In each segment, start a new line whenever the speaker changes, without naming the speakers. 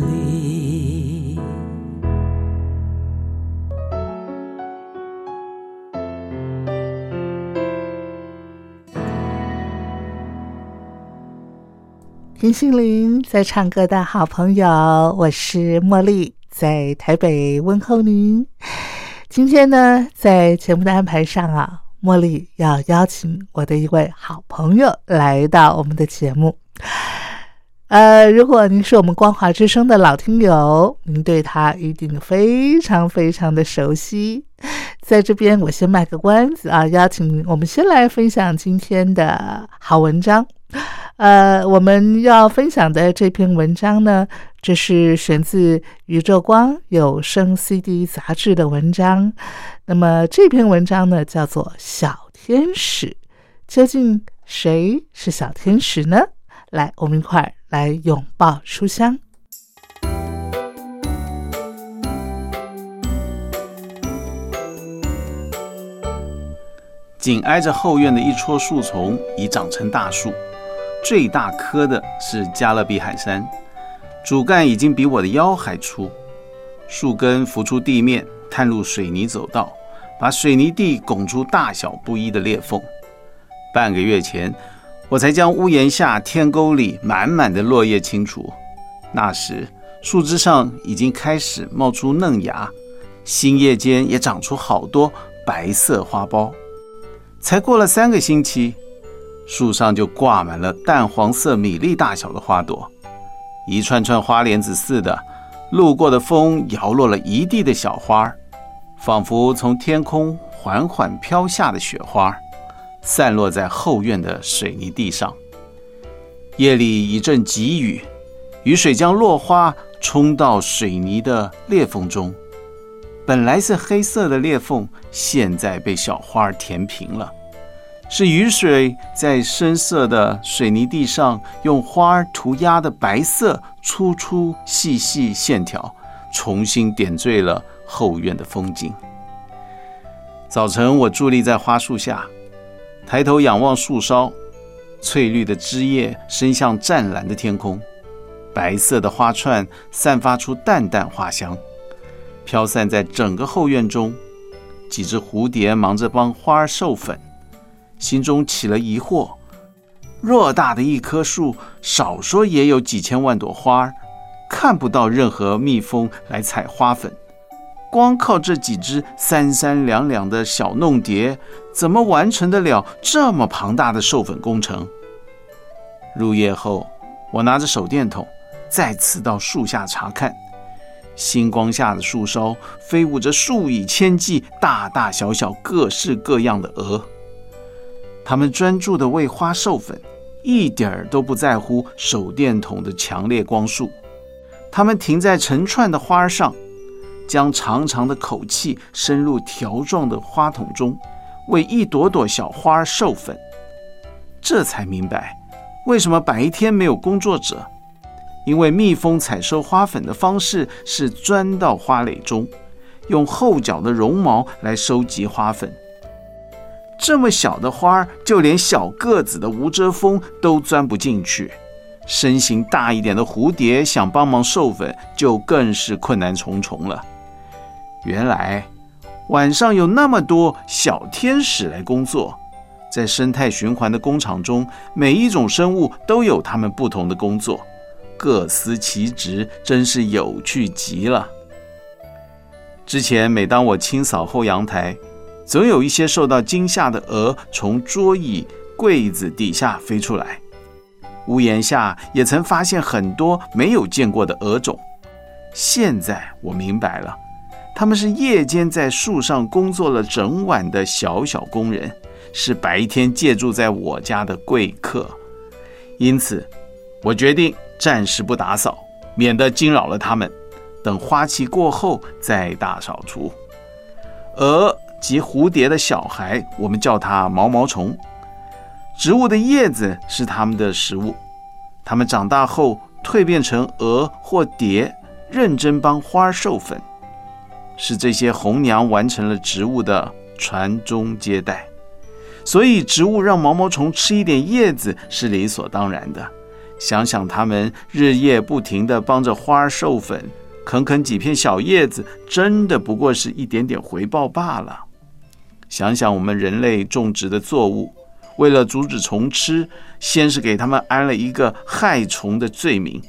离。
听心灵在唱歌的好朋友，我是茉莉，在台北问候您。今天呢，在节目的安排上啊，茉莉要邀请我的一位好朋友来到我们的节目。呃，如果您是我们光华之声的老听友，您对他一定非常非常的熟悉。在这边，我先卖个关子啊，邀请我们先来分享今天的好文章。呃，我们要分享的这篇文章呢，这是选自《宇宙光有声 CD 杂志》的文章。那么这篇文章呢，叫做《小天使》，究竟谁是小天使呢？来，我们一块儿来拥抱书香。
紧挨着后院的一撮树丛已长成大树，最大棵的是加勒比海杉，主干已经比我的腰还粗，树根浮出地面，探入水泥走道，把水泥地拱出大小不一的裂缝。半个月前，我才将屋檐下天沟里满满的落叶清除，那时树枝上已经开始冒出嫩芽，新叶间也长出好多白色花苞。才过了三个星期，树上就挂满了淡黄色米粒大小的花朵，一串串花帘子似的，路过的风摇落了一地的小花儿，仿佛从天空缓缓飘下的雪花，散落在后院的水泥地上。夜里一阵急雨，雨水将落花冲到水泥的裂缝中。本来是黑色的裂缝，现在被小花儿填平了。是雨水在深色的水泥地上用花儿涂鸦的白色粗粗细细线条，重新点缀了后院的风景。早晨，我伫立在花树下，抬头仰望树梢，翠绿的枝叶伸向湛蓝的天空，白色的花串散发出淡淡花香。飘散在整个后院中，几只蝴蝶忙着帮花儿授粉，心中起了疑惑：偌大的一棵树，少说也有几千万朵花儿，看不到任何蜜蜂来采花粉，光靠这几只三三两两的小弄蝶，怎么完成得了这么庞大的授粉工程？入夜后，我拿着手电筒，再次到树下查看。星光下的树梢飞舞着数以千计、大大小小、各式各样的蛾，它们专注地为花授粉，一点儿都不在乎手电筒的强烈光束。它们停在成串的花儿上，将长长的口气伸入条状的花筒中，为一朵朵小花儿授粉。这才明白，为什么白天没有工作者。因为蜜蜂采收花粉的方式是钻到花蕾中，用后脚的绒毛来收集花粉。这么小的花儿，就连小个子的无遮风都钻不进去，身形大一点的蝴蝶想帮忙授粉，就更是困难重重了。原来晚上有那么多小天使来工作，在生态循环的工厂中，每一种生物都有它们不同的工作。各司其职，真是有趣极了。之前每当我清扫后阳台，总有一些受到惊吓的蛾从桌椅、柜子底下飞出来。屋檐下也曾发现很多没有见过的蛾种。现在我明白了，他们是夜间在树上工作了整晚的小小工人，是白天借住在我家的贵客。因此，我决定暂时不打扫，免得惊扰了他们。等花期过后再大扫除。蛾及蝴蝶的小孩，我们叫它毛毛虫。植物的叶子是它们的食物，它们长大后蜕变成蛾或蝶，认真帮花授粉。是这些红娘完成了植物的传宗接代，所以植物让毛毛虫吃一点叶子是理所当然的。想想它们日夜不停地帮着花授粉。啃啃几片小叶子，真的不过是一点点回报罢了。想想我们人类种植的作物，为了阻止虫吃，先是给它们安了一个害虫的罪名，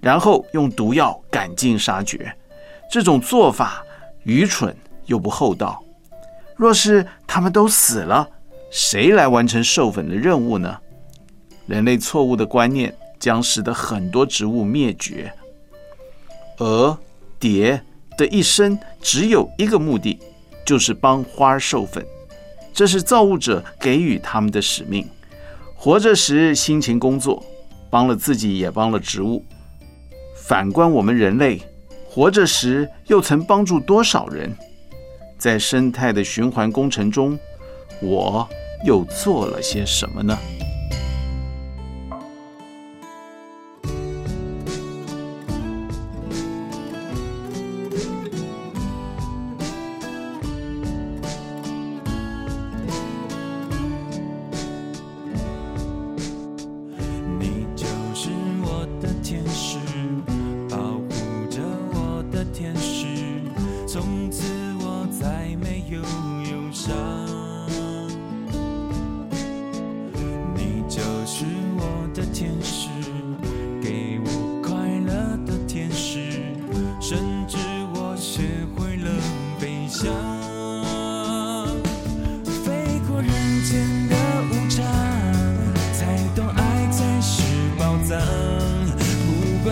然后用毒药赶尽杀绝。这种做法愚蠢又不厚道。若是它们都死了，谁来完成授粉的任务呢？人类错误的观念将使得很多植物灭绝。蛾、蝶的一生只有一个目的，就是帮花授粉，这是造物者给予他们的使命。活着时辛勤工作，帮了自己也帮了植物。反观我们人类，活着时又曾帮助多少人？在生态的循环工程中，我又做了些什么呢？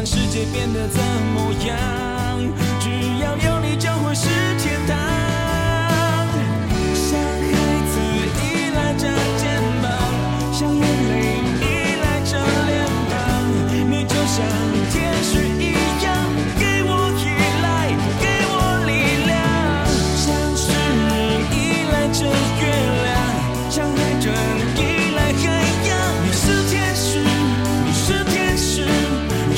世界变得怎么样？只要有你，就会是天堂。像孩子依赖着肩膀，像眼泪依赖着脸庞，你就像天使一样，给我依赖，给我力量。像是依赖着月亮，像海豚依赖海洋。你是天使，你是天使。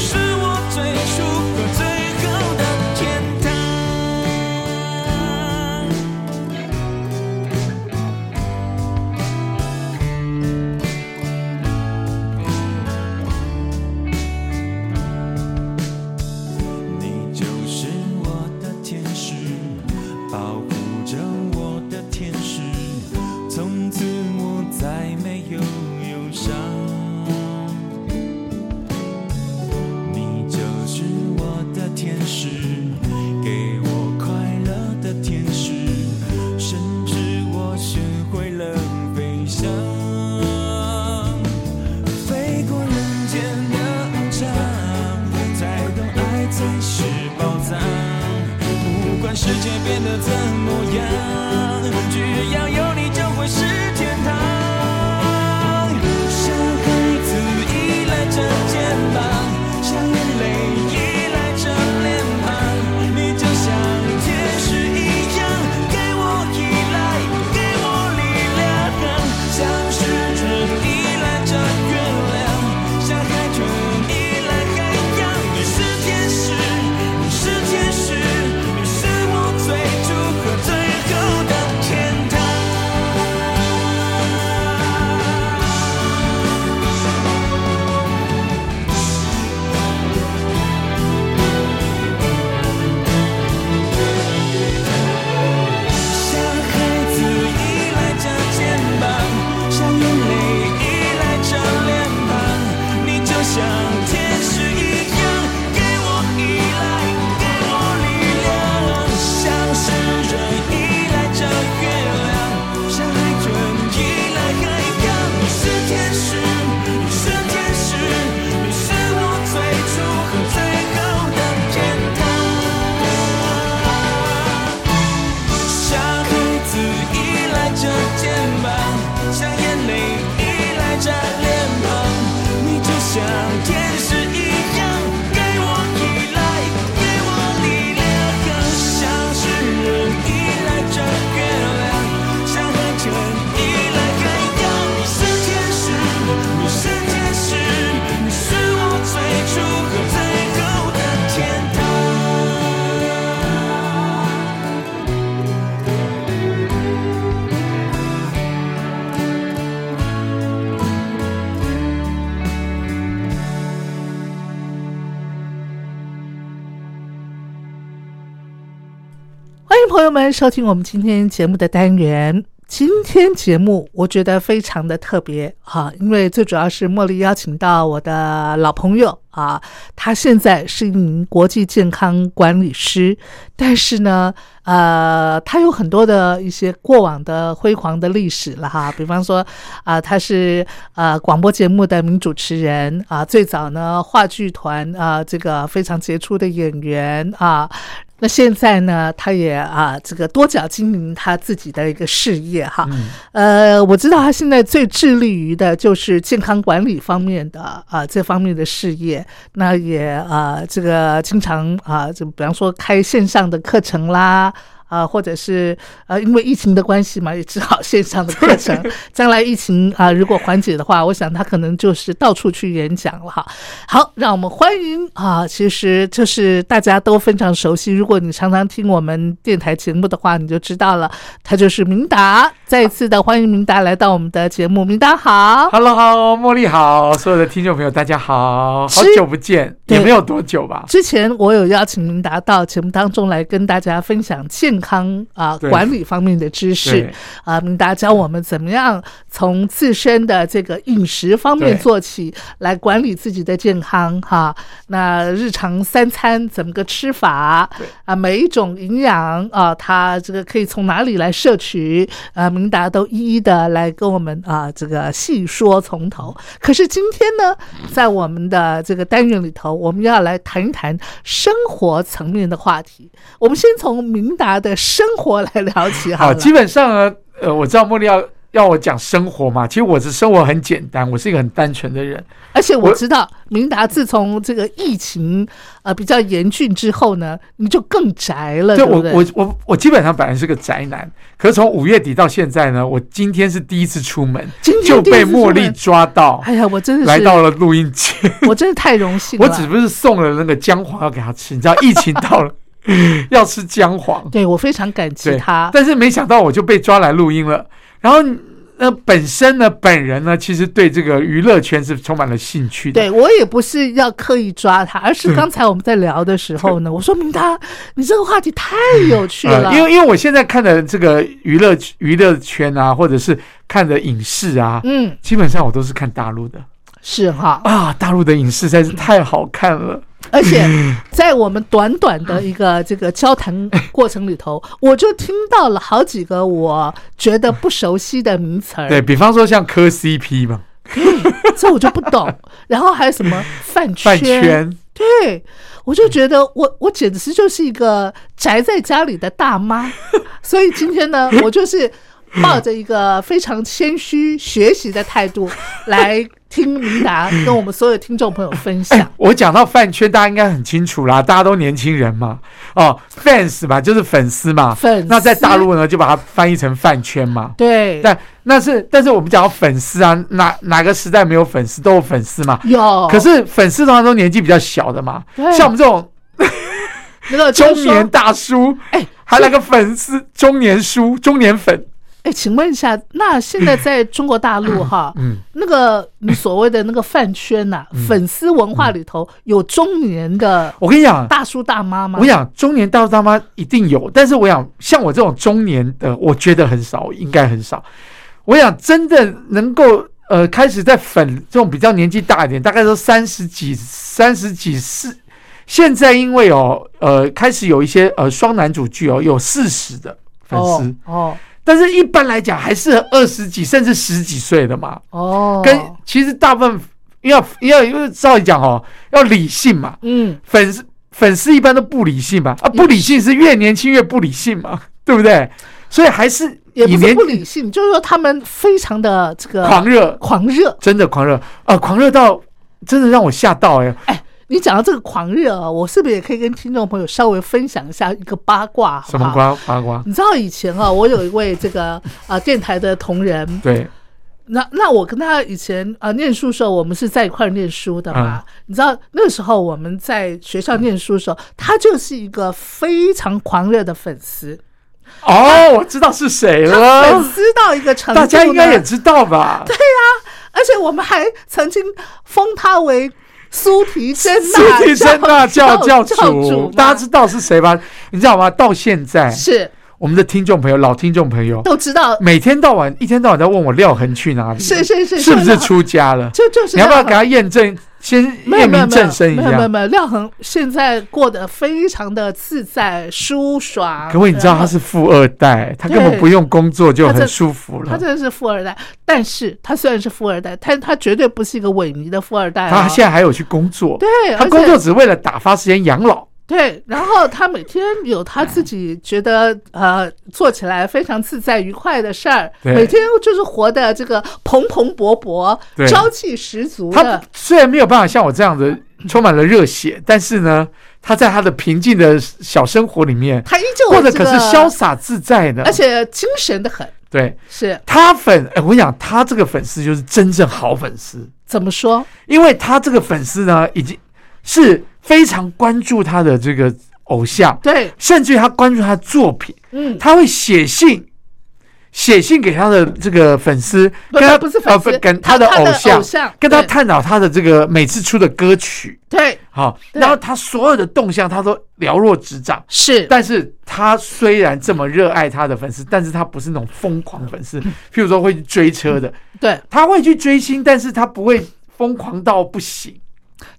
是我最初和最后的天堂。
你就是我的天使，保护着我的天使，从此我再没有忧伤。天使给我快乐的天使，甚至我学会了飞翔，飞过人间的无常，才懂爱才是宝藏。不管世界变得怎么样，只要有你就会是天堂。像孩子依赖着肩膀，像眼泪。
是天使，你是我最初和最后。
迎朋友们收听我们今天节目的单元。今天节目我觉得非常的特别啊，因为最主要是茉莉邀请到我的老朋友啊，他现在是一名国际健康管理师，但是呢，呃，他有很多的一些过往的辉煌的历史了哈，比方说啊、他是呃广播节目的名主持人啊，最早呢话剧团啊这个非常杰出的演员啊，那现在呢，他也啊，这个多角经营他自己的一个事业哈。呃，我知道他现在最致力于的就是健康管理方面的啊这方面的事业。那也啊，这个经常啊，就比方说开线上的课程啦。啊，或者是呃，因为疫情的关系嘛，也只好线上的课程。将来疫情啊、如果缓解的话，我想他可能就是到处去演讲了哈。好，让我们欢迎啊！其实就是大家都非常熟悉，如果你常常听我们电台节目的话，你就知道了，他就是明达。再一次的欢迎明达来到我们的节目，明达好。
Hello，好，茉莉好，所有的听众朋友大家好，好
是
久不见，
对
也没有多久吧？
之前我有邀请明达到节目当中来跟大家分享健康啊、
对
管理方面的知识
对
啊、明达教我们怎么样从自身的这个饮食方面
对
做起，来管理自己的健康哈。那日常三餐怎么个吃法
对
啊？每一种营养啊，它这个可以从哪里来摄取啊？明达都一一的来跟我们啊这个细说从头。可是今天呢，在我们的这个单元里头，我们要来谈一谈生活层面的话题。我们先从明达的生活来聊起好
好，
了。
基本上呢，呃，我知道茉莉要要我讲生活嘛，其实我的生活很简单，我是一个很单纯的人，
而且我
我
知道，明达自从这个疫情呃比较严峻之后呢，你就更宅了，对
我
不对？
我我我基本上本来是个宅男，可是从五月底到现在呢，我今天是第一次出门，
今天
就
第一
被
次出
茉莉
门
抓到，
哎呀，我真的是
来到了录音 间。
我真的太荣幸了。
我只不过是送了那个姜黄要给他吃，你知道疫情到了 要吃姜黄，
对我非常感激
对
他。
但是没想到我就被抓来录音了。然后，呃，本身呢，本人呢，其实对这个娱乐圈是充满了兴趣的。
对我也不是要刻意抓他，而
嗯
是刚才我们在聊的时候呢，我说明达，你这个话题太有趣了，
呃，嗯因为因为我现在看的这个娱乐娱乐圈啊，或者是看的影视啊，
嗯
基本上我都是看大陆的
是哈，
啊，大陆的影视实在是太好看了。
而且在我们短短的一个这个交谈过程里头，我就听到了好几个我觉得不熟悉的名词儿，
对比方说像磕 CP 嘛，
这我就不懂。然后还有什么饭圈？
饭圈，
对，我就觉得我我简直就是一个宅在家里的大妈，所以今天呢，我就是抱着一个非常谦虚学习的态度来听明达跟我们所有听众朋友分享。
哎我讲到饭圈，大家应该很清楚啦，大家都年轻人嘛，哦，fans 嘛，就是粉丝嘛。
粉丝
那在大陆呢，就把它翻译成饭圈嘛。
对，
但那是，但是我们讲到粉丝啊，哪哪个时代没有粉丝，都有粉丝嘛。
有，
可是粉丝通常都年纪比较小的嘛
哦对，
像我们这种
那个就
中
是说
年大叔，
哎
还来个粉丝中年叔、中年粉，
哎，请问一下，那现在在中国大 陆哈，
嗯，
那个你所谓的那个饭圈呐、粉丝文化里头有中年的
我跟你讲，
大叔大妈吗？
我想中年大叔大妈一定有，但是我想像我这种中年的，我觉得很少，应该很少。我想真的能够呃开始在粉这种比较年纪大一点，大概都三十几、三十几四。现在因为哦，呃，开始有一些呃双男主剧哦，有四十的粉丝，
哦哦
但是一般来讲还是二十几甚至十几岁的嘛。
哦，
跟其实大部分要要因为照理讲哦，要理性嘛，
嗯，
粉丝粉丝一般都不理性吧？啊，不理性是越年轻越不理性嘛，对不对？所以还是
也
以
不是
年
不理啊性，就是说他们非常的这个
狂热，
狂热。
真的狂热啊、狂热到真的让我吓到哎、
你讲到这个狂热啊，我是不是也可以跟听众朋友稍微分享一下一个八卦？好不
什
好
么？瓜八卦？
你知道以前啊，我有一位这个 啊电台的同仁，
对，
那那我跟他以前啊念书的时候，我们是在一块儿念书的嘛。
嗯
你知道那个时候我们在学校念书的时候，他就是一个非常狂热的粉丝，
哦，我知道是谁
粉
了，
丝到一个程度呢，
哦大家应该也知道吧？
而且我们还曾经封他为苏提真
苏提真啊
大
大教
教
教
主嘛，
主，大家知道是谁吧？你知道吗？到现在
是
我们的听众朋友、老听众朋友，
都知道，
每天到晚、一天到晚在问我廖恒去哪里了，
是是是，
是不是
廖
出家了？
就就是
你要不要
廖
给他验证？先
没有
验
没有没
明
有
正身一
没有没有
样。
没有，廖恒现在过得非常的自在舒爽。
可是你知道
然后
他是富二代，他根本
对
不用工作就
他这
很舒服
他
了。
真的是富二代，但是他虽然是富二代，但他绝对不是一个萎靡的富二代哦、
他现在还有去工作，
对，
他
而
工
且
作只为了打发时间养老。
对，然后他每天有他自己觉得呃做起来非常自在愉快的事儿，
对
每天就是活的这个蓬蓬勃勃
对、
朝气十足
他
的。
虽然没有办法像我这样子充满了热血，但是呢，他在他的平静的小生活里面
他依旧
过得
这
可是
个
潇，洒自在的。
而且精神的很。
对
是
他粉，哎、我跟你讲，他这个粉丝就是真正好粉丝，
怎么说？
因为他这个粉丝呢，已经是非常关注他的这个偶像，
对，
甚至于他关注他的作品，
嗯，
他会写信。写信给他的这个粉丝，
不
跟他
不是粉丝
呃跟
他
他的
他的
偶像，
偶像
跟他
对
探讨他的这个每次出的歌曲，
对，
好，
对
然后他所有的动向他都了若指掌。
是，
但是他虽然这么热爱他的粉丝，但是他不是那种疯狂粉丝，
嗯
譬如说会去追车的，
对，
他会去追星，但是他不会疯狂到不行。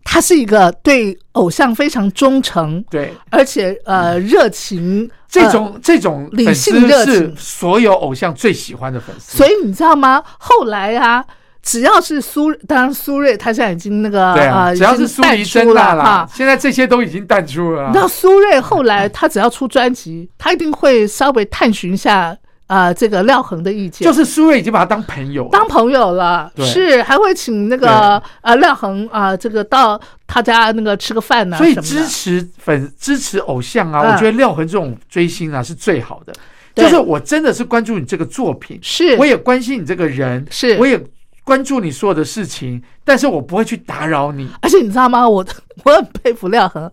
他是一个对偶像非常忠诚，
对，
而且呃热情
这。
呃
种、这种
理
粉
性
丝
热
是
情
所有偶像最喜欢的粉丝。
所以你知道吗？后来啊，只要是苏，当然苏芮她现在已经那个
对啊，
呃，
只要是
已
苏
经淡
黎
出
真
了
啦
哈
啦，。现在这些都已经淡出了
你知道
啊。
苏芮后来她只要出专辑，她一定会稍微探寻一下呃这个廖恒的意见，
就是是苏芮已经把他当朋友了，
啊当朋友了，
对
是还会请那个呃廖恒啊、呃这个到他家那个吃个饭呐、啊
所以
什么的
支持粉、支持偶像啊，
嗯
我觉得廖恒这种追星啊是最好的。
对
就是我真的是关注你这个作品，
是
我也关心你这个人，
是
我也关注你所有的事情，但是我不会去打扰你。
而且你知道吗？我 我很佩服廖恒。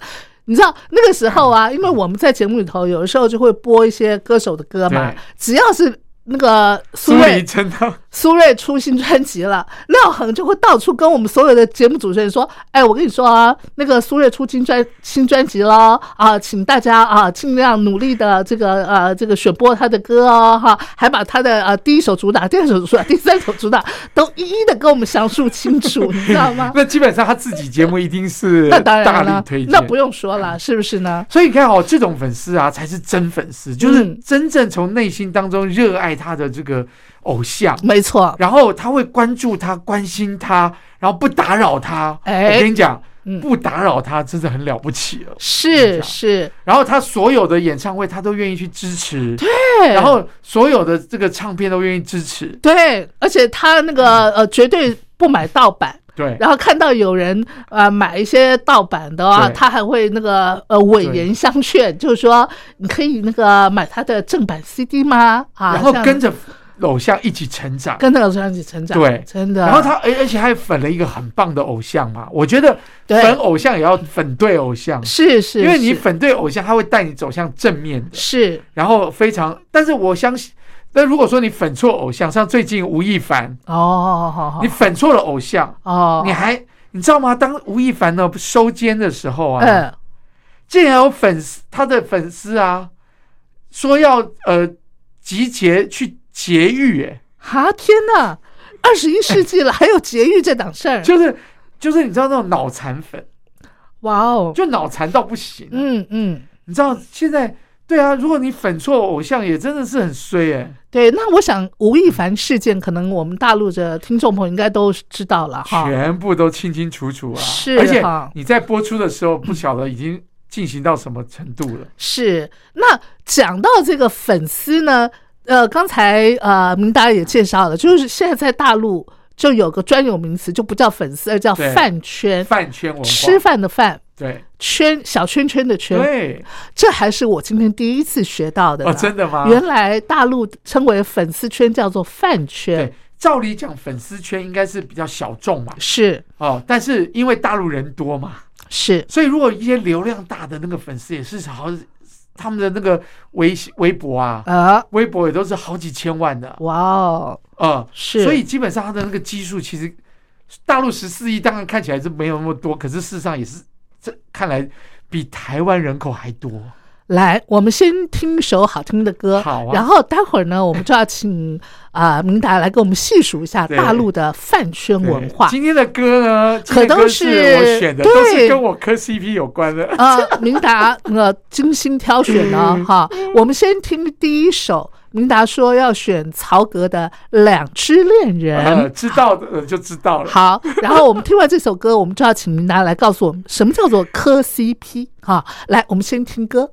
你知道那个时候啊，因为我们在节目里头有的时候就会播一些歌手的歌嘛
对，
只要是那个苏啊
苏黎
芮
真的，
苏芮出新专辑了，廖恒就会到处跟我们所有的节目主持人说：“哎，我跟你说啊，那个苏芮出新专新专辑了啊，请大家啊尽量努力的这个呃这个选播他的歌哦哈，还把他的呃第一首主打、第二首主打、第三首主打都一一的跟我们详述清 楚，你知道吗？”
那基本上他自己节目一定是
那当
大
然了
力推，荐，
那不用说了，是不是呢？
所以你看哦，这种粉丝啊才是真粉丝，就是
嗯
真正从内心当中热爱他的这个偶像，
没错，
然后他会关注他、关心他，然后不打扰他。
哎
我跟你讲
嗯，
不打扰他真的很了不起了。
是是，
然后他所有的演唱会，他都愿意去支持，对。
对
然后所有的这个唱片都愿意支持，
对，而且他那个呃，绝对不买盗版。
对。
然后看到有人呃买一些盗版的啊，
对
他还会那个呃委言相劝，就是说你可以那个买他的正版 CD 吗？啊，
然后
这样
跟着偶像一起成长，
跟那个专辑成长，
对
真的。
然后他而而且还粉了一个很棒的偶像嘛。我觉得
对
粉偶像也要粉对偶像，
是是，
因为你
是
粉对偶像，他会带你走向正面的。
是
然后非常，但是我相信，但如果说你粉错偶像，像最近吴亦凡，
哦，好好好
你粉错了偶像，
哦，
你还你知道吗？当吴亦凡呢收监的时候啊，
嗯
竟然有粉丝他的粉丝啊说要呃集结去劫狱，哎，
哈天哪，二十一世纪了，还有劫狱这档事儿，
就是就是你知道那种脑残粉，
哇哦，
就脑残到不行，啊
嗯嗯。
你知道现在对啊，如果你粉错偶像，也真的是很衰哎、
对，那我想吴亦凡事件，可能我们大陆的听众朋友应该都知道了哈。
全部都清清楚楚啊！
是
而且
哈
你在播出的时候，不晓得已经进行到什么程度了。
是，那讲到这个粉丝呢，呃，刚才呃明达也介绍了，就是现在在大陆就有个专有名词，就不叫粉丝，而叫
对
饭圈，
饭圈文化，
嗯吃饭的饭。
对
圈小圈圈的圈，
对
这还是我今天第一次学到的呢、
哦，真的吗？
原来大陆称为粉丝圈叫做饭圈
对，，照理讲粉丝圈应该是比较小众嘛，
是
哦，但是因为大陆人多嘛，
是，
所以如果一些流量大的那个粉丝也是好像，他们的那个微信微博啊，
啊，
微博也都是好几千万的，
哇哦，
呃，
是
所以基本上它的那个基数其实，大陆十四亿当然看起来是没有那么多，可是事实上也是，这看来比台湾人口还多。
来，我们先听首好听的歌，
好啊
然后待会儿呢，我们就要请啊、明达来给我们细数一下
对
大陆的饭圈
对
文化。
今天的歌呢，
可
今天的
都
歌
是
我选的，
对
都是跟我磕 CP 有关的。
呃，明达呃精心挑选了哈，
嗯
我们先听第一首，明达说要选曹格的《两只恋
呃，
人》。
知道的呃就知道了。
嗯好，然后我们听完这首歌，我们就要请明达来告诉我们什么叫做磕 CP 哈。来，我们先听歌。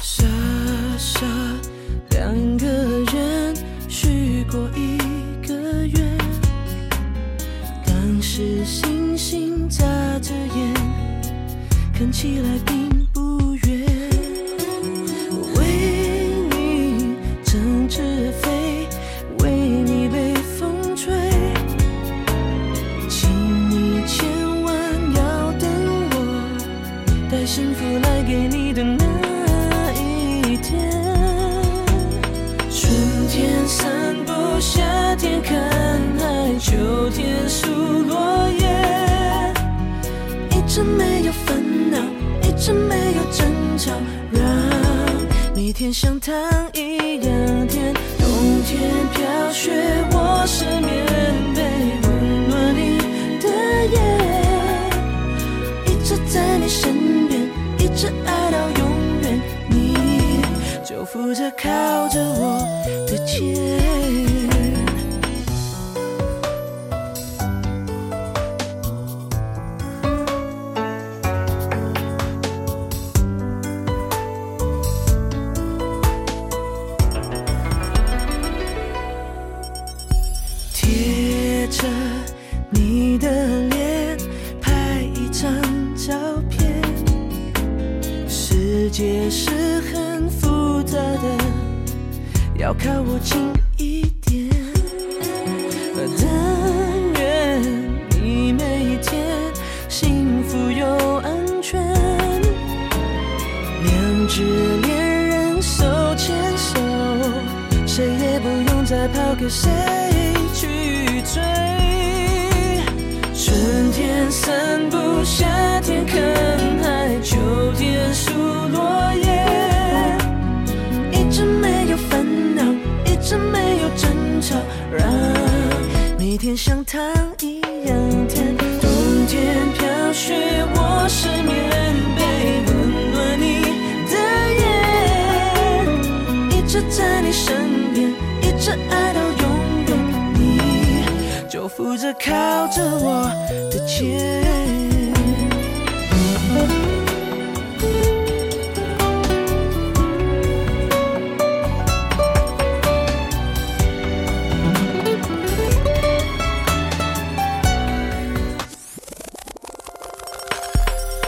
傻傻两个人许过一个愿，当时星星眨着眼，看起来并不远。我为你争执飞，为你被风吹，请你千万要等我。带幸福来给你的那一天。春天散步，夏天看海，秋天数落叶，一直没有烦恼，一直没有争吵，让每天像糖一样甜。冬天飘雪，我是棉被，温暖你的夜。一直在你身边，一直爱到永远。你就负责靠着我的肩。贴着你的脸拍一张照片。世界是很复杂的，要靠我近一点。但愿你每天幸福又安全。两只恋人手牵手，谁也不用再抛给谁去追。春天散步，夏天看海，秋天数落叶。一直没有烦恼，一直没有争吵，让每天像糖一样甜。冬天飘雪，我是棉被，温暖你的夜，一直在你身边，一直爱到永远，你就负责靠着我的肩。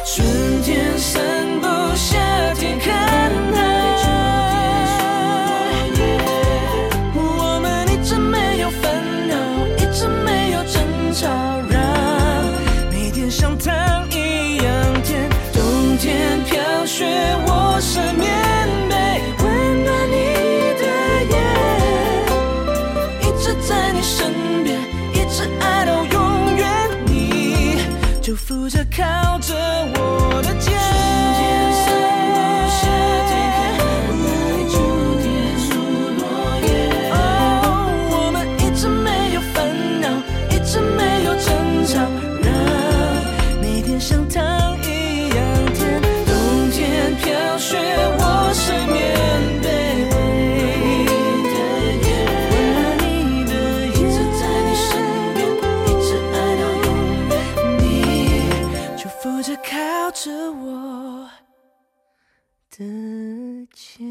春天散步，夏天看海。我们一直没有烦恼，一直没有争吵，让每天像糖一样甜。冬天飘雪，我是棉被，温暖你的夜，一直在你身边，一直爱到永远。你就负责靠着我的肩。哦我们一直没有烦恼，一直没有争吵，让每天像糖一样甜。冬天飘雪，我是棉被，温暖你的夜，一直在你身边，一直爱到永远。你就负责靠着我的肩。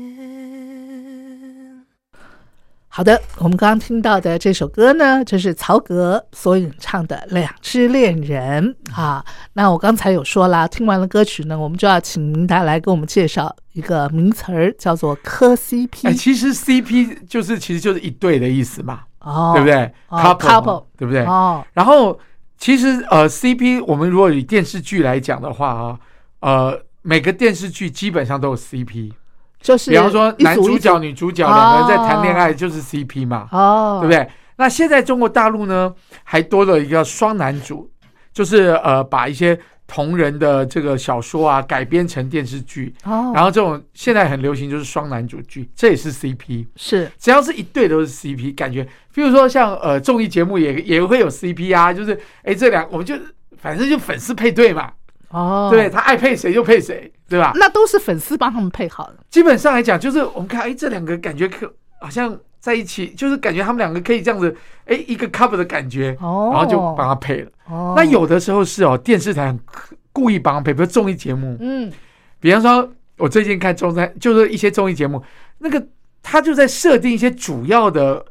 好的，我们刚刚听到的这首歌呢，就是曹格所演唱的《两只恋人》啊。那我刚才有说啦，听完了歌曲呢，我们就要请明达来给我们介绍一个名词儿，叫做磕 CP、
哎，其实 CP 就是其实就是一对的意思嘛，
哦，
对不？对
哦
？couple 嘛
couple
对不对？
哦，
然后其实呃，CP 我们如果以电视剧来讲的话啊，呃，每个电视剧基本上都有 CP，
就是
比方说
一
男
组
主
一
角、
组
女主角两个人在谈恋爱就是 CP 嘛，
哦，
对不对？那现在中国大陆呢，还多了一个双男主，就是呃把一些同人的这个小说啊改编成电视剧，
对？哦，
然后这种现在很流行就是双男主剧，这也是 CP。
是
只要是一对都是 CP，感觉，比如说像呃综艺节目也也会有 CP 啊，就是哎、这两我们就反正就粉丝配对嘛，
哦，
对，他爱配谁就配谁，对吧？
那都是粉丝帮他们配好的。
基本上来讲，就是我们看哎、这两个感觉可好像在一起，就是感觉他们两个可以这样子，哎、一个 couple 的感觉，
哦
然后就帮他配了。
哦，
那有的时候是哦，电视台很刻故意帮他配，比如综艺节目，
嗯
比方说我最近看中山，就是一些综艺节目，那个他就在设定一些主要的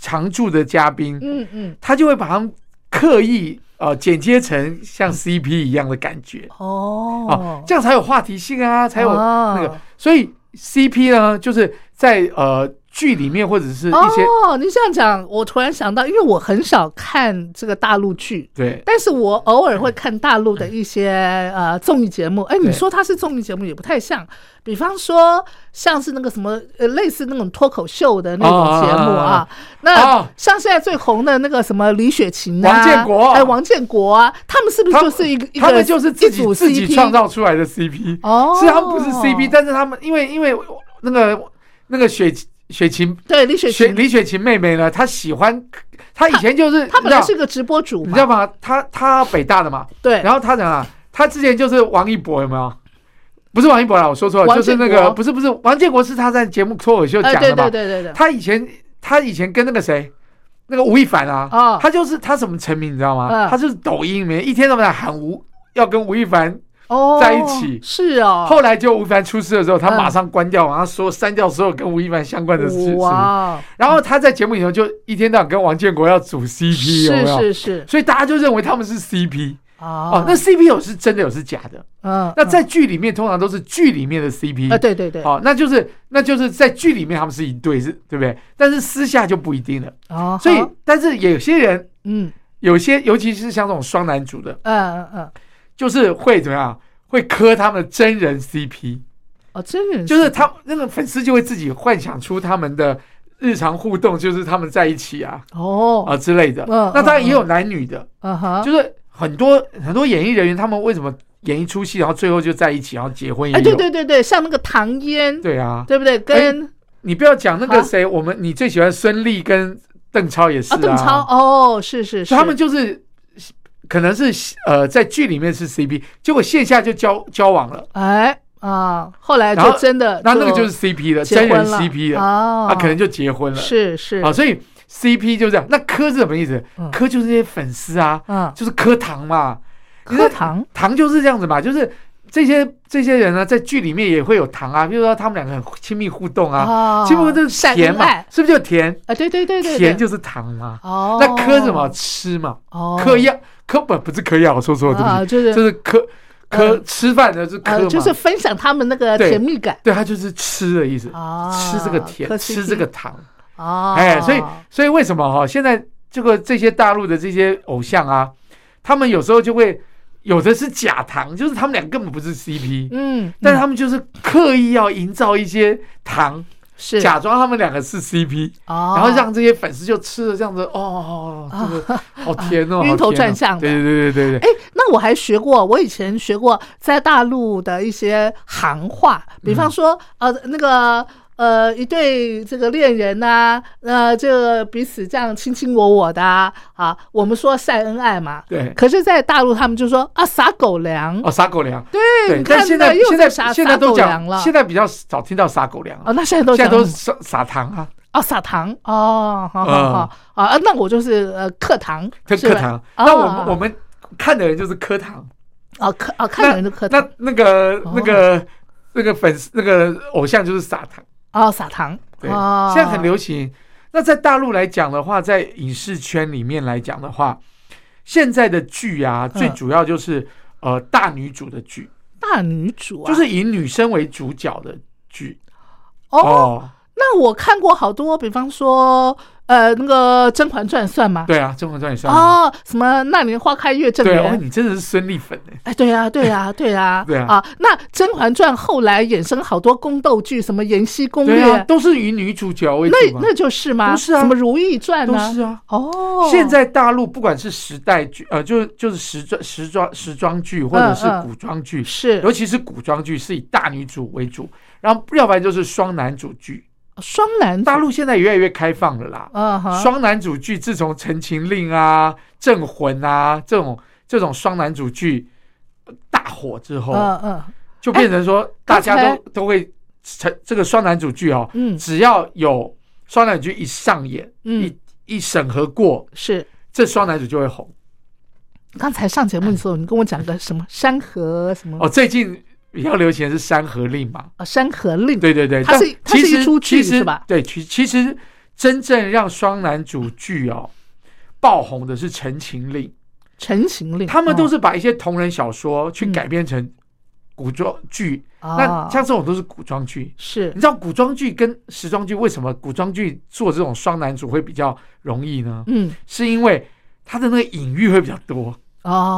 常驻的嘉宾，
嗯嗯，
他就会把他们刻意呃剪接成像 CP 一样的感觉
哦
哦，，这样才有话题性啊，才有那
哦
个。所以 CP 呢，就是在呃剧里面或者是一些
哦，你这样讲，我突然想到，因为我很少看这个大陆剧。
对
但是我偶尔会看大陆的一些呃综艺节目，哎，你
对
说它是综艺节目也不太像，比方说像是那个什么呃类似那种脱口秀的那种节目啊
哦，
那
哦
像现在最红的那个什么李雪琴啊、
王建国
哎王建国啊，他们是不是就是一个一个
他们就是自己
一组
自己
CP
创造出来的 CP
哦
是他们不是 CP，但是他们因为因为那个那个雪雪琴
对李雪
雪
琴，
李雪琴妹妹呢，她喜欢她以前就是
她本来
你知道
是个直播主
你知道
嘛，
吗？她她北大的嘛，
对，
然后他怎样啊？他之前就是王一博有没有？不是王一博啦，我说错了，
王
就是
建
那
国
个不是不是王建国是他在节目脱口秀
哎
讲
对
的
对
嘛？
对对对，
他以前他以前跟那个谁，那个吴亦凡啊，
哦
他就是他什么成名你知道吗
嗯？
他就是抖音里面一天到晚喊吴要跟吴亦凡，
哦
在一起
是哦，
后来就吴亦凡出事的时候，他
嗯
马上关掉，然后说删掉所有跟吴亦凡相关的事情。
哇，
然后他在节目里头就一天到晚跟王建国要组 CP，有
是
没有？
是是
所以大家就认为他们是 CP
哦
哦，那 CP 有是真的有是假的？
嗯
那
嗯
在剧里面通常都是剧里面的 CP
啊，对对对，
好、那就是那就是在剧里面他们是一对，是对不对？但是私下就不一定了。
哦，
所以
好，
但是有些人，
嗯
有些尤其是像这种双男主的，
嗯嗯嗯，
就是会怎么样？会磕他们的真人 CP，
哦，真人
就是他那个粉丝就会自己幻想出他们的日常互动，就是他们在一起啊
哦，
啊之类的。
嗯
那当然也有男女的，
嗯哼，
就是很多很多演艺人员他们为什么演一出戏，然后最后就在一起，然后结婚也
哎，
有。
对对对对，像那个唐嫣，
对啊，
对不对？跟
你不要讲那
啊
个谁，我们你最喜欢孙俪跟邓超也是
啊邓超，哦，是是是，
所以他们就是可能是呃在剧里面是 CP，结果线下就交交往了，
哎啊，后来
然
就
后
真的
那那个就是 CP 了，
结
真人
婚了
CP 了，
哦
啊可能就结婚了，
是是
啊，所以 CP 就这样。那磕是什么意思
嗯？
磕就是那些粉丝啊，
嗯，
就是磕糖嘛，
课堂
糖就是这样子嘛，就是。这些这些人呢，在剧里面也会有糖啊，比如说他们两个很亲密互动啊，
啊
亲密互动是
晒
甜嘛
爱，
是不是就甜？
啊，对对对对，对
甜就是糖嘛。
哦，
那嗑什么？吃嘛？
哦，
嗑药，嗑不不是嗑药，我说错了，
啊
对
就
不
是
起，就是嗑嗑
嗯
吃饭的是嗑
呃，
嘛，
就是分享他们那个
对
甜蜜感
对，它就是吃的意思，
啊
吃这个甜
嗑，
吃
CP
这个糖，
啊，
哎，所以所以为什么哈？现在这个这些大陆的这些偶像啊，他们有时候就会有的是假糖，就是他们俩根本不是 CP。
嗯，
但
嗯
是他们就是刻意要营造一些糖，
嗯是
假装他们两个是 CP，
哦，
然后让这些粉丝就吃了这样子，哦，这个好甜哦，好
晕头
甜哦
转向的
对对对对对对，
哎，那我还学过，我以前学过在大陆的一些行话，比
嗯
方说、呃那个。呃，一对这个恋人呐、呃，这个彼此这样卿卿我我的啊，啊我们说晒恩爱嘛。
对
可是，在大陆他们就说啊，撒狗粮。
哦，撒狗粮，
对
对
你，
但
看
现
到
在
又
现在
撒
现在
撒
都
狗粮
讲
了。，
现在比较少听到撒狗粮
哦，
了，
那现在都
现在
讲
都
什
是
么
撒撒糖啊，
哦撒糖哦，好好
嗯
好啊，那我就是呃课堂，
这
是吧
课堂。
哦
那我们我们看的人就是课堂，
哦课哦看人的课堂
那那个
哦
那个那个粉丝那个偶像就是撒糖，
哦撒糖
对，
哦，
现在很流行。那在大陆来讲的话，在影视圈里面来讲的话，现在的剧啊，最
嗯
主要就是呃大女主的剧，
大女主啊，
就是以女生为主角的剧
哦
哦
哦，那我看过好多，比方说呃，那个《甄嬛传》算吗？
对啊，《甄嬛传》也算啊。
哦，什么那年花开月正
对哦，
圆？
你真的是孙俪粉哎。
哎，对呀、对呀、 对呀、啊，
对啊
那《甄嬛传》后来衍生好多宫斗剧，什么《延禧攻
对
略》
啊，都是以女主角为
那
主嘛，
那就是吗？
都是啊
什么《如懿传》
都
呢？
是啊。
哦，
现在大陆不管是时代剧，呃，就就是时装时装时装剧，或者是
嗯
古装剧，
是
尤其是古装剧是以大女主为主，然后要不然就是双男主剧。
哦双男
大，陆现在也越来越开放了啦，
嗯哼，
双男主剧自从《陈情令》啊、《镇魂》啊这种这种双男主剧呃大火之后，
嗯嗯，
就变成说大家
哎刚
都都会成这个双男主剧哦，
嗯
只要有双男主剧一上演，
嗯
一一审核过，
是。
这双男主就会红。
刚才上节目的时候，你跟我讲个什么山河什么
哦，最近比较流行的是《山河令》嘛，
啊山河令，
对对对，
它是
但其
它是一
实
出剧
其实
是吧
对，其其实真正让双男主剧哦爆红的是《陈情令》，
陈情令，
他们都
哦
是把一些同人小说去
嗯
改编成古装剧，
哦
那像这种都是古装剧。
是
你知道古装剧跟时装剧为什么古装剧做这种双男主会比较容易呢？
嗯
是因为它的那个隐喻会比较多。
哦哦，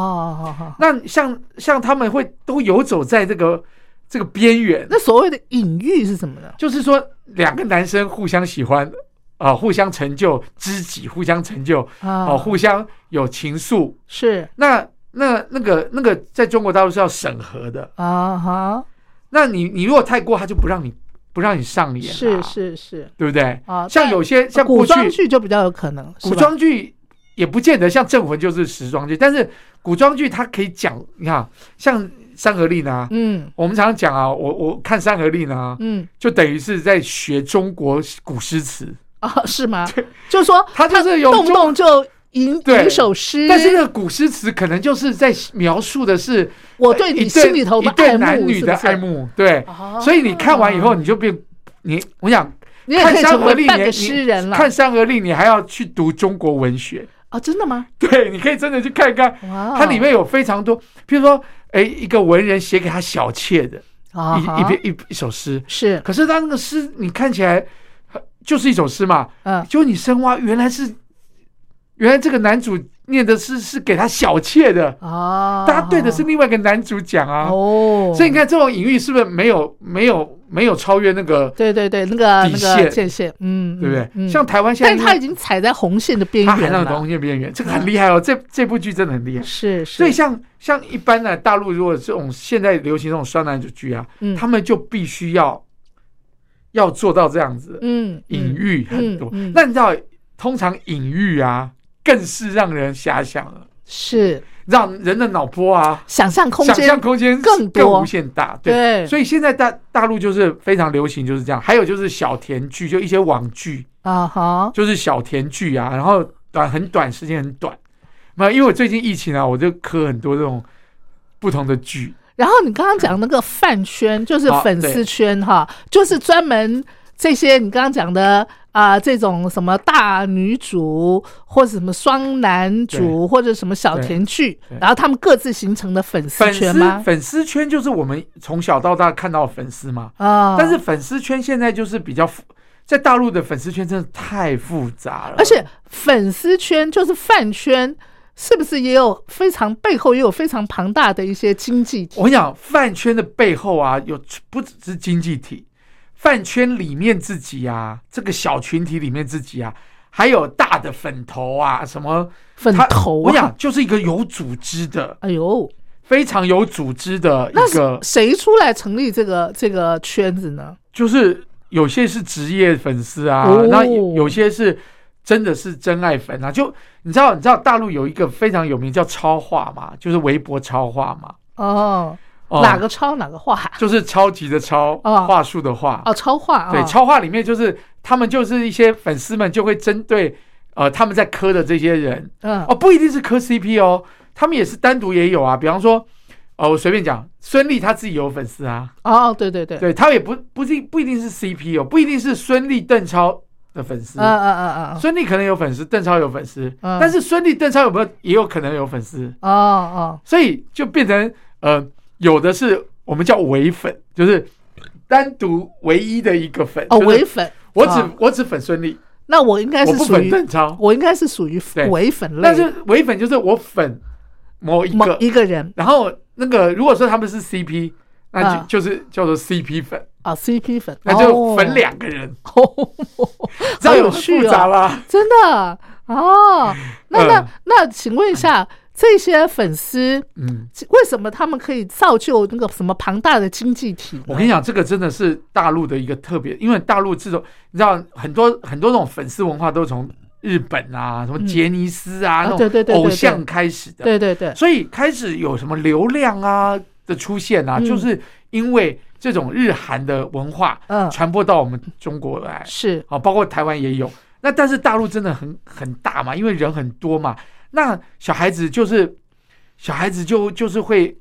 哦哦
那像像他们会都游走在这个这个边缘，
那所谓的隐喻是什么呢？
就是说两个男生互相喜欢啊、互相成就知己，互相成就
啊
啊、互相有情愫。
是
那那那个那个在中国大陆是要审核的。
啊哈，
那你你如果太过，他就不让你不让你上演、
是，是是，
对不对？
啊
像
但
有些像
古
过去
装剧就比较有可能，是
古
吧
装剧也不见得像《镇魂》就是时装剧，但是古装剧它可以讲，你看像《山河令》啊，
嗯
我们常常讲啊，我我看《山河令》啊，
嗯
就等于是在学中国古诗词，
啊是 吗？就是说
它就是有
动不嗯
中
动就吟
对
吟首诗，
但是那个古诗词可能就是在描述的是
我对你
一
心里头
一
的
对
爱慕
男女的爱，慕，对
是不，是
所以你看完以，后
哦
你就变你，我想
你也可
看
以
山
成
河
为
令
半
你
个
你
诗人了
看《山河令》，你还要去读中国文学，
啊？真的吗？
对，你可以真的去看一看，
哇，
它里面有非常多，譬如说，哎，一个文人写给他小妾的
啊
一一
哈
篇一一首诗，
是
可是他那个诗你看起来呃就是一首诗嘛，
嗯
就你深挖，原来是原来这个男主念的诗是给他小妾的，
啊，
他对的是另外一个男主讲啊，
哦，
所以你看这种隐喻是不是没有没有没有超越那个，
对对对，那个
底
那
线
个界限，嗯，
对不对？
嗯
像，台湾现在
但
因
是
为，
他已经踩在红线的边
他还
缘
到
了嗯
东，西边缘，这个很厉害哦，这这部剧真的很厉害。
是是，
所以像像一般呢，大陆如果这种现在流行这种双男主剧啊，
嗯
他们就必须要要做到这样子，
嗯
隐，喻很多。
嗯嗯
那你知道，通常隐喻啊，更是让人遐想了，
嗯是
让人的脑波啊，
想象空
想象
间
空间
更多
无限大。
对
所以现在大大陆就是非常流行就是这样，还有就是小甜剧，就一些网剧，
啊哈，
就是小甜剧啊，然后短很短时间很短。那因为我最近疫情啊，我就磕很多这种不同的剧。
然后你刚刚讲那个饭圈，就是
啊
粉丝圈哈，就是专门这些你刚刚讲的啊、这种什么大女主或者什么双男主或者什么小甜剧
对，对
然后他们各自形成的粉丝
粉
圈
丝
吗？
粉丝圈就是我们从小到大看到的粉丝嘛，
啊，
但是粉丝圈现在就是比较复，在大陆的粉丝圈真的太复杂了，
而且粉丝圈就是饭圈，是不是也有非常背后也有非常庞大的一些经济体？
我跟你讲，饭圈的背后啊，有不只是经济体，饭圈里面自己啊，这个小群体里面自己啊，还有大的粉头啊，什么
粉
他
头
我跟你
啊
讲，！就是一个有组织的，
哎呦，
非常有组织的
那
一
是
个，
谁出来成立这个这个圈子呢？
就是有些是职业粉丝啊，
哦
那有有些是。真的是真爱粉啊！就你知道，你知道大陆有一个非常有名叫超话嘛，就是微博超话嘛。
哦，
哦
哪个超哪个画？
就是超级的超，
哦
话术的话。
哦，超画啊！
对，超话里面就是他们就是一些粉丝们就会针对呃他们在磕的这些人
嗯
哦，不一定是磕 CP 哦，他们也是单独也有啊。比方说，呃，我随便讲，孙俪她自己有粉丝啊，
哦，对对对，
对，她也不不是不一定是 CP 哦，不一定是孙俪邓超的粉丝
嗯，嗯嗯嗯
孙俪可能有粉丝，邓超有粉丝，
嗯
但是孙俪邓超有没有也有可能有粉丝，
嗯，哦哦，
所以就变成呃，有的是我们叫唯粉，就是单独唯一的一个粉
哦，
就是
唯粉，
我只、
哦
我只粉孙俪，
那我应该
我
是
不
属
粉
于
邓超，
我应该是属于
对
伪粉类，
但是唯粉就是我粉某一
某
个，
一个人
然后那个如果说他们是 CP，那就、
嗯
就是叫做 CP 粉，
啊，CP 粉，
那就 粉两个人，
哦，
这样
好有
有
趣
复
哦
杂啦。
真的 哦。那那
嗯
那，请问一下，这些粉丝
嗯，
为什么他们可以造就那个什么庞大的经济体呢？
我跟你讲，这个真的是大陆的一个特别，因为大陆这种你知道很多很多那种粉丝文化都从日本啊，什么杰尼斯啊、
啊对
那
对对
种
对
偶
对
像开始的，
对嗯对对，
所以开始有什么流量啊的出现啊，
嗯
就是因为这种日韩的文化
嗯
传播到我们中国来，
是
好、包括台湾也有。那但是大陆真的很很大嘛，因为人很多嘛，那小孩子就是小孩子就就是会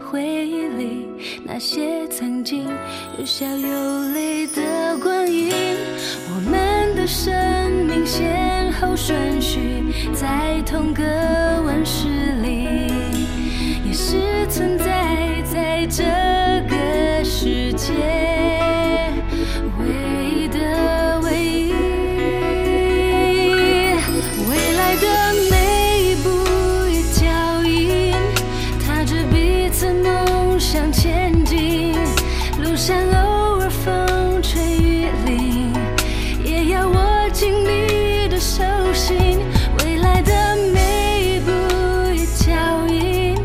回忆里那些曾经有笑有泪的光阴，我们的生命先后顺序在同个温室里，也是存在在这个世界唯一的唯一。未来的每一步一脚印，踏着彼此梦想前进。路上偶尔风吹雨淋，也要握紧你的手心。未来的每一步一脚印，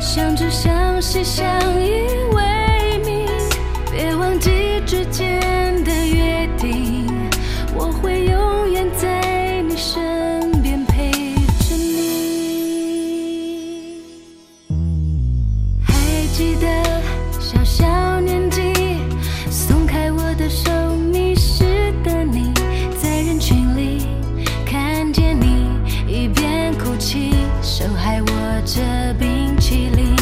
相知相惜相依为命。别忘记之间的约定，我会永远在你身边陪着你。还记得小小年纪，松开我的手，迷失的你，在人群里看见你，一边哭泣，手还握着冰淇淋。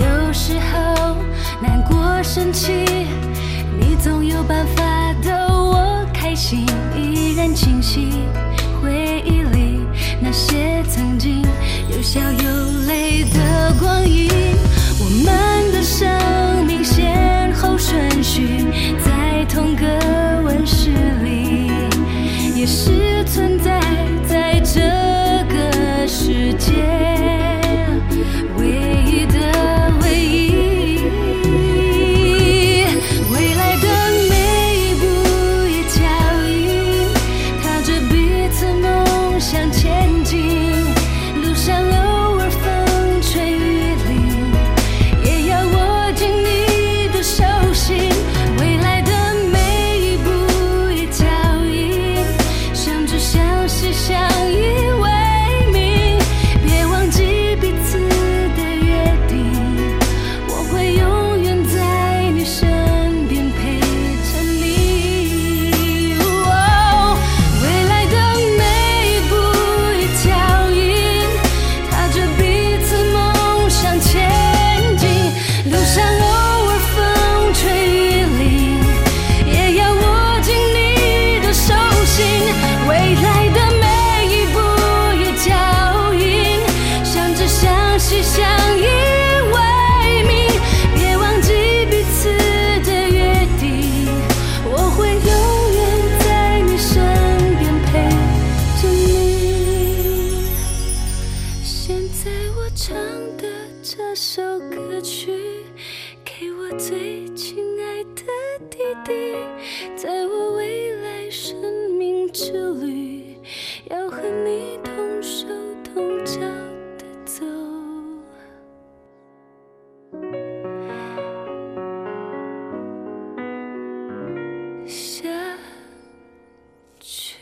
有时候难过、生气，你总有办法逗我开心，依然清晰回忆里那些曾经有笑有泪的光阴。我们的生命先后顺序在同个温室里，也是存在在这个世界。唯一的唯一，未来的每一步一脚印，踏着彼此梦想前进。路上偶尔风吹雨淋，也要握紧你的手心。未来的每一步一脚印，相知相惜相依为命。别忘记彼此的约定，我会永远在你身边陪着你。哦未来的每一步一脚印，踏着彼此梦想前进。路上偶尔风吹雨淋，也要握紧你的手心。未来的每一步一脚印，相知相惜相依为命。别忘记彼此的约定，我会永远在你身边陪着你。现在我唱的这首歌曲，给我最亲爱的弟弟，在我未来生命之旅，要和你同手同脚的走。下去。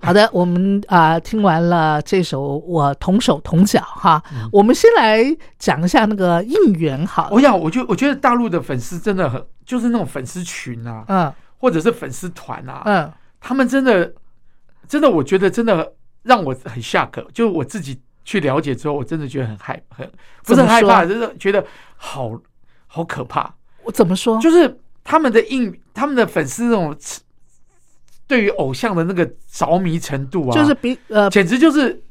好的，我们啊、听完了这首《我同手同脚》哈，
嗯
我们先来讲一下那个应援好了
我哦想，我觉我觉得大陆的粉丝真的很，就是那种粉丝群啊，
嗯
或者是粉丝团啊，
嗯
他们真的，真的，我觉得真的让我很下课。就是我自己去了解之后，我真的觉得很害，很不是很害怕，
怎
就是觉得好好可怕。
我怎么说？
就是他们的应，他们的粉丝那种对于偶像的那个着迷程度啊，
就是比呃，
简直就是，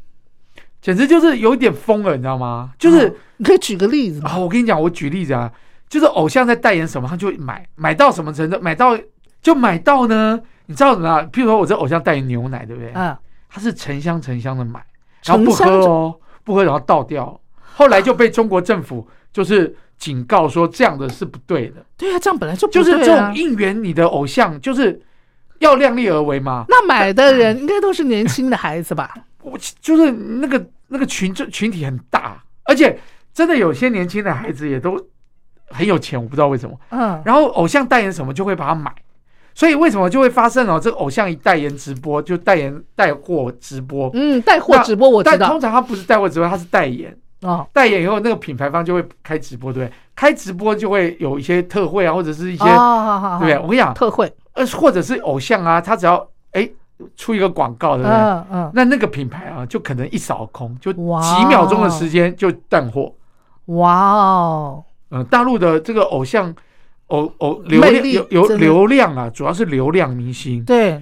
简直就是有点疯了，你知道吗？就是。
你可以举个例子吗？
啊，我跟你讲，我举例子啊，就是偶像在代言什么，他就买，买到什么程度，买到就买到呢？你知道怎么样？譬如说我这偶像代言牛奶，对不对？
嗯，
他是成箱成箱的买，然后不喝
成箱
哦，不喝然后倒掉，后来就被中国政府就是警告说这样的是不对的，
对啊，这样本来就不
就是
对
这
啊
种应援你的偶像，就是要量力而为嘛。
那买的人应该都是年轻的孩子 吧？
我就是那个那个群众群体很大，而且真的有些年轻的孩子也都很有钱，我不知道为什么。
嗯，
然后偶像代言什么就会把它买，所以为什么就会发生哦？这个偶像一代言直播就代言带货直播，
嗯，带货
那
直播我知
但
道
通常他不是带货直播，他是代言。
哦，
代言以后，那个品牌方就会开直播，对不对？开直播就会有一些特惠啊，或者是一
一
些、
哦好好好，
对不对？我跟你讲，
特惠，
呃，或者是偶像啊，他只要哎出一个广告，对不对？
嗯嗯，
那那个品牌啊，就可能一扫而空，就
哇哦
几秒钟的时间就淡货。
哇哦，
嗯、大陆的这个偶像，偶偶流
魅
量
力
有有
真的
流量啊，主要是流量明星。
对，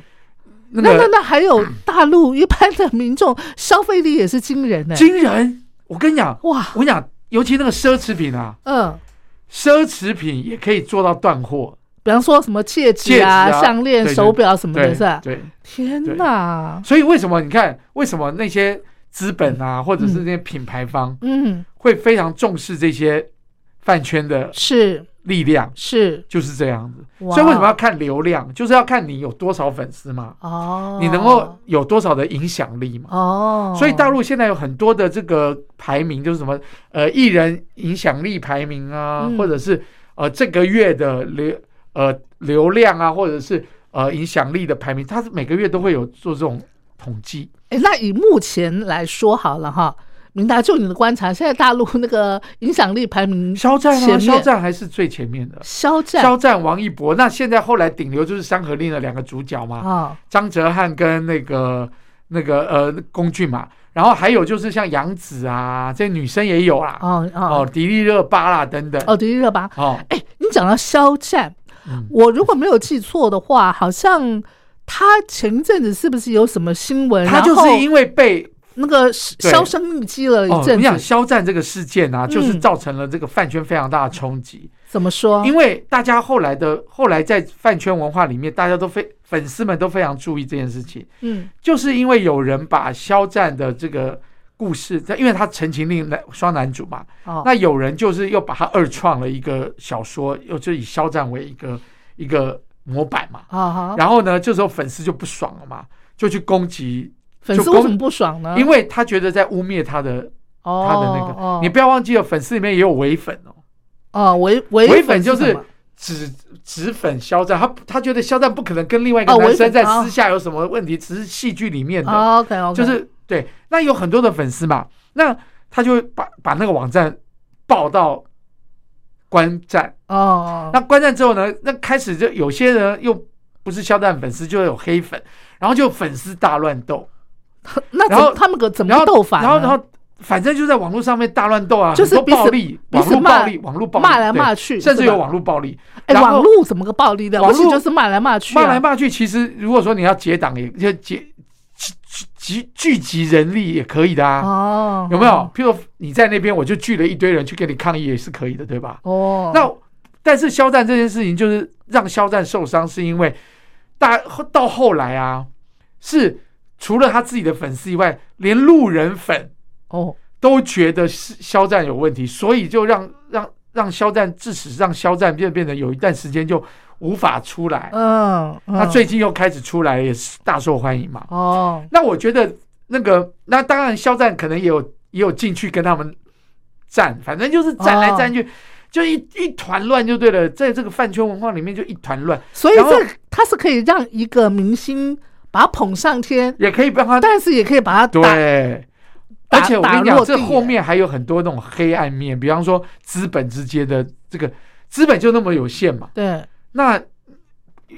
那
那那
个
那还有大陆一般的民众消费力也是惊人呢，
惊人，我跟你讲，
哇，
我跟你讲，尤其那个奢侈品啊，
嗯，
奢侈品也可以做到断货。
比方说什么戒指啊、
戒指啊
项链、
对
手表什么
对
的，是吧？
对，
天哪，
所以为什么你看，为什么那些资本啊，或者是那些品牌方
嗯，
会非常重视这些饭圈的
是
力量？
是，
就是这样子，
哇
所以为什么要看流量？就是要看你有多少粉丝嘛，
哦，
你能够有多少的影响力嘛。
哦，
所以大陆现在有很多的这个排名，就是什么呃艺人影响力排名啊，
嗯
或者是呃这个月的流呃流量啊，或者是呃影响力的排名，它是每个月都会有做这种统计。
哎，那以目前来说好了哈，明达，就你的观察，现在大陆那个影响力排名，
肖战
前面啊
啊，肖战还是最前面的。
肖
肖
战
战、王一博，那现在后来顶流就是《山河令》的两个主角嘛，
啊，
张哲瀚跟那个那个呃龚俊嘛，然后还有就是像杨紫啊，这女生也有啦，
哦
哦
哦，
迪丽热巴啦等等，
哦，迪丽热巴。
哦，
哎，你讲到肖战，
嗯
我如果没有记错的话，好像他前一阵子是不是有什么新闻？
他就
然后
是因为被
那个销声匿迹了
哦
一，阵
你想
子，
肖战这个事件啊，就是
嗯
造成了这个饭圈非常大的冲击，
怎么说？
因为大家后来的后来在饭圈文化里面，大家都非粉丝们都非常注意这件事情，
嗯
就是因为有人把肖战的这个故事，他因为他《陈情令》男双男主嘛，
哦，
那有人就是又把他二创了一个小说，又就以肖战为一个一个模板嘛，
啊哈，
然后呢，这时候粉丝就不爽了嘛，就去攻击，
粉丝
就
为
公
什么不爽呢？
因为他觉得在污蔑他的
嗯哦
他的那
哦
个，你不要忘记了，粉丝里面也有伪粉哦，
哦伪
伪
粉
粉就
什
是
么
只只粉肖战，他他觉得肖战不可能跟另外一个
哦
男
伪粉
生在
哦
私下有什么问题，只是戏剧里面的，
哦 OK OK，
就是对，那有很多的粉丝嘛，那他就会把把那个网站报到观战。
哦哦
那观战之后呢，那开始就有些人又不是肖战粉丝，就有黑粉，然后就粉丝大乱斗，
那
然后
怎他们个怎
然
么
后
斗法呢？
然后然后反正就在网络上面大乱斗啊，
就是
很
彼此
多暴力，
彼
网
此
络
骂
暴力，网络暴力
骂来
对
骂去
甚至
是吧
有网络暴力。
哎，
然后
网络怎么个暴力的？
网
不是
络
就是骂来骂去啊，
骂来骂去，其实如果说你要结党，也就结集集聚集人力也可以的啊，
哦，
有没有？譬如你在那边，我就聚了一堆人去跟你抗议，也是可以的，对吧？
哦，
那但是肖战这件事情，就是让肖战受伤，是因为大到后来啊，是除了他自己的粉丝以外，连路人粉
哦
都觉得是肖战有问题，所以就让让让肖战，致使让肖战变变得有一段时间就无法出来。
嗯，
那
嗯
最近又开始出来，也是大受欢迎嘛。
哦
那我觉得那个，那当然肖战可能也有也有进去跟他们战，反正就是战来战去，
哦
就一一团乱就对了。在这个饭圈文化里面就一团乱，
所以
然后
这他是可以让一个明星把他捧上天，
也可以帮他
但是也可以把他打
对。
打
而且我跟你
打落
讲，
地耶啊
这后面还有很多那种黑暗面，比方说资本之间的这个资本就那么有限嘛，
对
那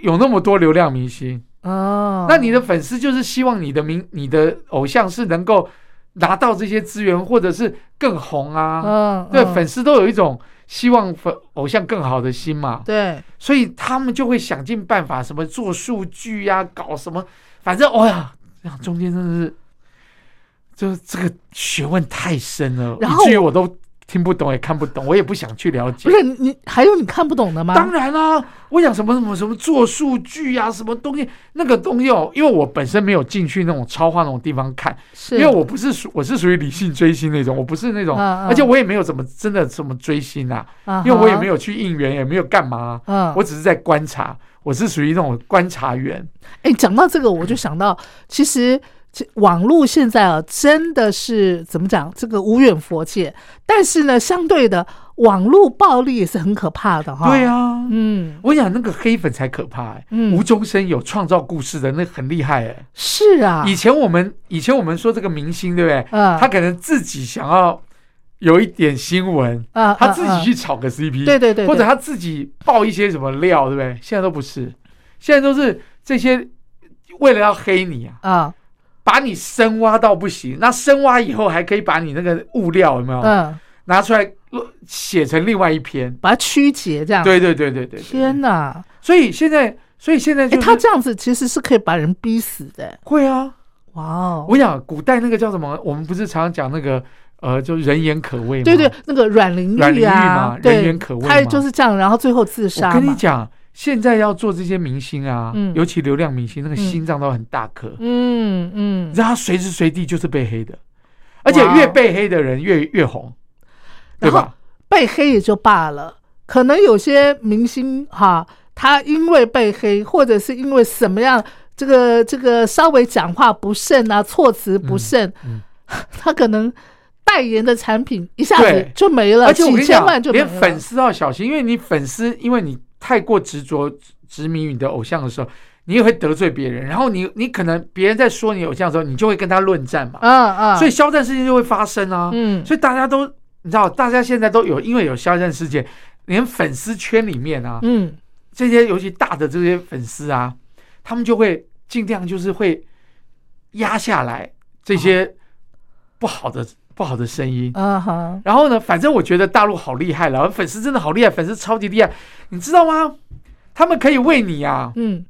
有那么多流量明星，
哦，
那你的粉丝就是希望你的明你的偶像是能够拿到这些资源，或者是更红啊，
嗯
对，
嗯
粉丝都有一种希望粉偶像更好的心嘛，
对
所以他们就会想尽办法，什么做数据呀、搞什么，反正哎呀，这样中间真的是，就是这个学问太深了，
然后
以至于我都听不懂也看不懂，我也不想去了解
不。是你你还有你看不懂的吗？
当然啦、我想什么什么什么做数据呀、什么东西那个东西哦，因为我本身没有进去那种超话那种地方看，
是
因为我不是属我是属于理性追星那种，我不是那种，
嗯嗯
而且我也没有怎么真的怎么追星啊，
啊哈
因为我也没有去应援，也没有干嘛啊、
嗯
我只是在观察，我是属于那种观察员。
哎，讲到这个，我就想到，其实这网络现在啊，真的是怎么讲，这个无远佛界。但是呢，相对的，网络暴力也是很可怕的哈。
对，啊，
嗯，
我想那个黑粉才可怕、欸，
嗯
无中生有、创造故事的那很厉害、欸，
是啊，
以前我们以前我们说这个明星，对不对？
嗯
他可能自己想要有一点新闻，
啊
他自己去炒个 CP，、
对对对对
或者他自己爆一些什么料，对不对？现在都不是，现在都是这些为了要黑你啊，
啊，
把你深挖到不行，那深挖以后还可以把你那个物料有没有、
嗯，
拿出来写成另外一篇？
把它曲解这样。，
对对对对对对
啊天哪，
所以现在，所以现在
哎，
就是、
他这样子其实是可以把人逼死的。
会啊，
哇哦，
我想古代那个叫什么？我们不是常常讲那个呃，就人言可畏吗？
对对，那个阮玲
阮玲
玉
玉
啊
嘛，
对，
人言可畏
他
嘛
就是这样，然后最后自杀
我
嘛。
跟你讲，现在要做这些明星啊，
嗯
尤其流量明星，那个
嗯
心脏都很大颗，
嗯
你
嗯
知，道他随时随地就是被黑的，而且越被黑的人越越红，对
哦然后
吧？
被黑也就罢了，可能有些明星哈，他因为被黑，或者是因为什么样，这个这个稍微讲话不慎啊，措辞不慎，
嗯
他可能代言的产品一下子
对
就没了，
而且我
几
跟你
千
讲
万，就没
连
了。
粉丝都要小心，因为你粉丝，因为你太过执着、执迷于你的偶像的时候，你也会得罪别人，然后你你可能别人在说你偶像的时候，你就会跟他论战嘛，
嗯嗯，
所以肖战事件就会发生啊。
嗯
所以大家都你知道，大家现在都有因为有肖战事件，连粉丝圈里面啊，
嗯
这些尤其大的这些粉丝啊，他们就会尽量就是会压下来这些不好的、不好的声音。
嗯哈，
然后呢，反正我觉得大陆好厉害了，粉丝真的好厉害，粉丝超级厉害，你知道吗？他们可以为你啊，
嗯。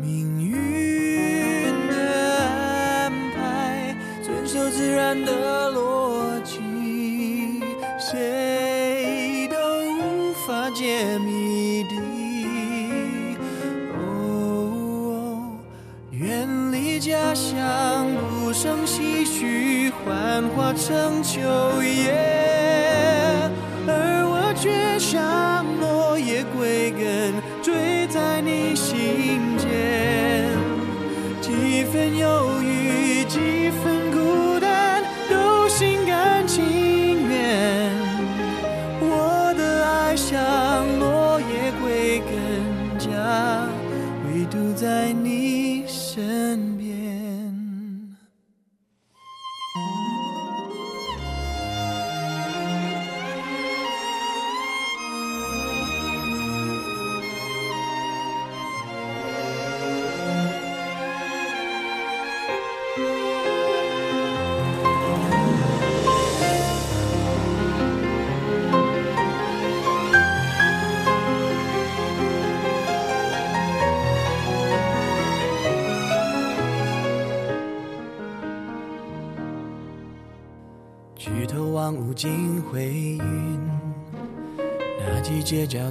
命运的安排，遵守自然的逻辑，谁都无法解谜底。哦，远离家乡，不胜唏嘘，幻化成秋叶。而我却像落叶归根，坠在你心间。几分忧郁，几分孤单，都心甘情愿。我的爱像落叶归根家，唯独在你身边。举头望无尽灰云，那季节叫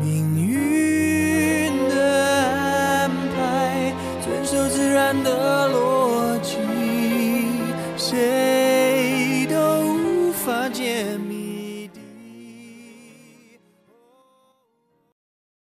命运的安排，遵守自然的逻辑，谁